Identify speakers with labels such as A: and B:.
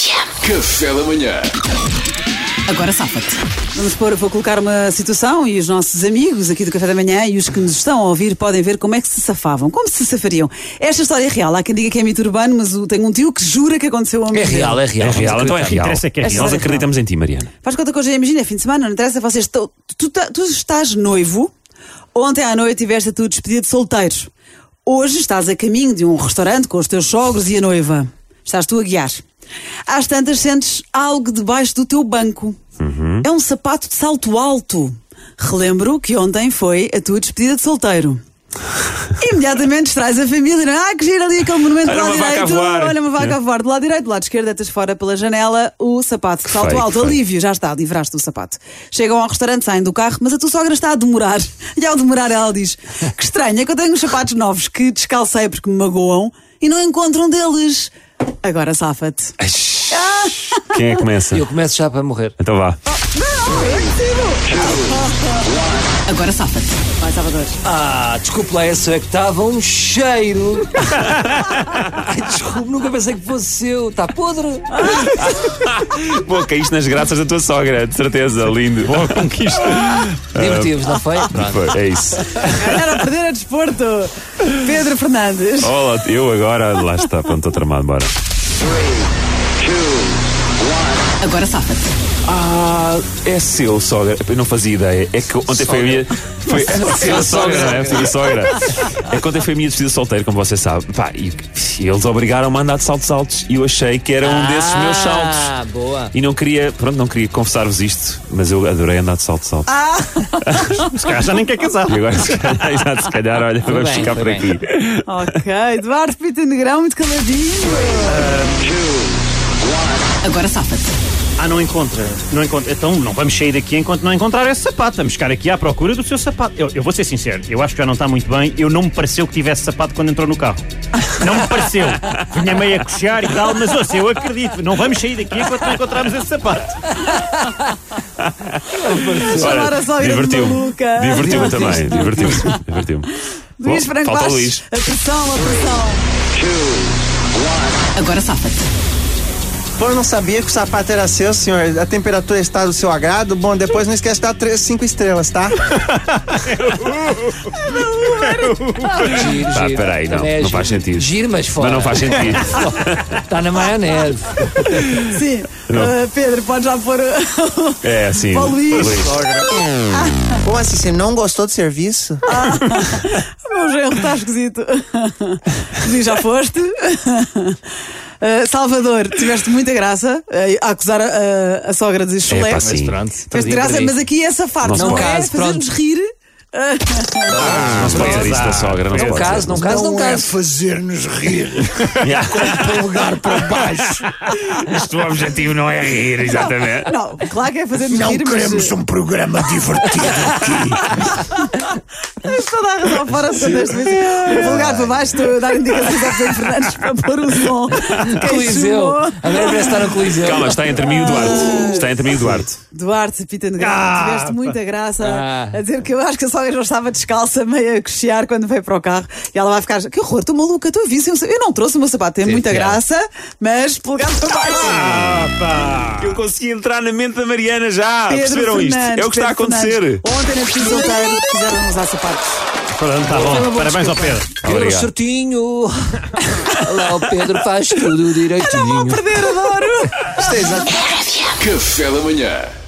A: Café da manhã.
B: Agora safa-te.
C: Vamos pôr, vou colocar uma situação e os nossos amigos aqui do Café da Manhã e os que nos estão a ouvir podem ver como é que se safavam, como se safariam. Esta história é real. Há quem diga que é mito urbano, mas o- tenho um tio que jura que aconteceu ao
D: É
C: mesmo.
D: real, é real.
E: É real,
D: Vamos
E: então é
D: acreditar.
E: real. Interessa
C: é real.
D: Nós acreditamos em ti, Mariana.
C: Faz conta que hoje, é- imagina, é fim de semana, não interessa, vocês estão, tu, tá- tu estás noivo, ontem à noite tiveste a tua despedida de solteiro. Hoje estás a caminho de um restaurante com os teus sogros e a noiva. Estás tu a guiar. Às tantas sentes algo debaixo do teu banco. É um sapato de salto alto. Relembro que ontem foi a tua despedida de solteiro. Imediatamente traz a família. não é? Ah, que gira ali aquele monumento do
D: Olha
C: lado
D: uma vaca a
C: direito.
D: voar.
C: Olha uma vaca
D: É.
C: a voar. Do lado direito, do lado esquerdo, deitas fora pela janela o sapato de salto
D: feio,
C: alto.
D: que feio.
C: Ali alívio, já está, livraste do sapato. Chegam ao restaurante, saem do carro, mas a tua sogra está a demorar. E ao demorar ela diz: Que estranho, é que eu tenho uns sapatos novos que descalcei porque me magoam e não encontro um deles. Agora safa-te.
D: Quem é que começa?
E: Eu começo já para morrer.
D: Então vá.
B: Agora safa-te.
C: Vai, Salvador.
E: Ah, desculpe lá, essa é que estava um cheiro. Ai, desculpe, nunca pensei que fosse seu. Está podre.
D: Pô, caíste nas graças da tua sogra, de certeza, lindo. Boa conquista.
E: Divertimos, não foi? Pronto.
D: É isso.
C: Ganhar ou perder a desporto. Pedro Fernandes.
D: Olá, eu agora. Lá está, pronto, estou tramado, bora.
B: Agora safa-te.
D: Ah, é seu, sogra. Eu não fazia ideia. É que ontem foi a minha. Foi é seu, sogra, não é? Foi a sogra. É que ontem foi a minha despedida solteira, como você sabe. Pá, e, e eles obrigaram-me a andar de saltos altos e eu achei que era um desses meus saltos.
E: Ah, boa.
D: E não queria, pronto, não queria confessar-vos isto, mas eu adorei andar de saltos altos.
E: Se calhar já
F: é
E: nem quer casar.
D: E agora, se calhar, exato, se calhar, olha, vamos
E: bem,
D: ficar
E: foi
D: por
E: bem.
D: aqui.
C: Ok, Eduardo Pita Negrão, muito caladinho.
B: Agora safa-te.
F: Ah, não encontra. Não encontra. Então não vamos sair daqui enquanto não encontrar esse sapato. Vamos ficar aqui à procura do seu sapato. Eu, eu vou ser sincero, eu acho que já não está muito bem. Eu não me pareceu que tivesse sapato quando entrou no carro. Não me pareceu. Vinha meio a coxear e tal, mas ouça, eu acredito. Não vamos sair daqui enquanto não encontrarmos esse sapato.
C: Chamar a sogra de
D: Divertiu-me.
C: maluca.
D: Divertiu-me também. Divertiu-me. Divertiu
C: Luís Franco
D: Oh, Falta o
C: Bastos.
D: Luís.
C: A pressão, a pressão.
B: Agora safa-te.
G: Bom, eu não sabia que o sapato era seu, senhor. A temperatura está do seu agrado. Bom, depois não esquece de dar três, cinco estrelas, tá?
E: Giro,
D: Tá,
E: giro.
D: peraí, não,
E: Também é
D: não faz
E: giro.
D: sentido.
E: Giro, mas fora.
D: Mas não faz sentido.
E: Está na maionese.
C: Sim. Ah, Pedro, pode já pôr. o-
D: É assim.
C: Ó, Luís.
G: Como assim? Você não gostou do serviço?
C: Meu genro está esquisito. Luís, já foste. Uh, Salvador, tiveste muita graça uh, a acusar a, a- a sogra de chulé.
D: É pá,
E: Mas
D: sim.
E: pronto.
C: Tiveste
E: perdi,
C: graça,
E: perdi.
C: mas aqui é safar, não,
D: Não
C: é?
D: pode.
E: Caso,
C: Fazer-nos
E: pronto.
C: rir.
D: Não se pode dizer isso da sogra. Não, se
E: Não
D: pode
E: caso,
D: dizer.
E: não é caso,
C: é.
E: não caso.
G: fazer-nos rir.
D: Isto, o objetivo não é rir, exatamente.
C: Não, claro que é fazer-nos rir, mas uh,
G: um programa divertido.
C: tens toda a razão fora do contexto. Mas, uh, vulgar para baixo, estou a dar indicações ao Pedro Fernandes para pôr o som. de
E: É
C: quem
E: Coliseu.
C: chumou.
E: Agora parece estar no Coliseu.
D: Calma, está entre mim e o Duarte. Está entre mim e o Duarte.
C: Duarte Pita Negrão,
D: Ah,
C: tiveste muita graça
E: Ah.
C: a dizer que eu acho que a sogra já estava descalça, meio a cochear quando veio para o carro. E ela vai ficar, que horror, estou maluca, estou a vir sem o sa- Eu não trouxe o meu sapato, tem muita
E: piada.
C: graça, mas polegado para baixo.
D: Ah,
F: Tá
D: Eu consegui entrar na mente da Mariana já.
C: Pedro
D: Perceberam isto?
C: Fernandes,
D: É o que está a
C: Pedro
D: acontecer.
C: Fernandes. Ontem na pesquisa solteira fizeram usar sapatos.
F: Pronto, tá bom. Parabéns ao Pedro.
E: Pedro
D: Obrigado.
E: um certinho. Lá o Pedro faz tudo direitinho.
C: Perder, adoro!
A: Café da manhã.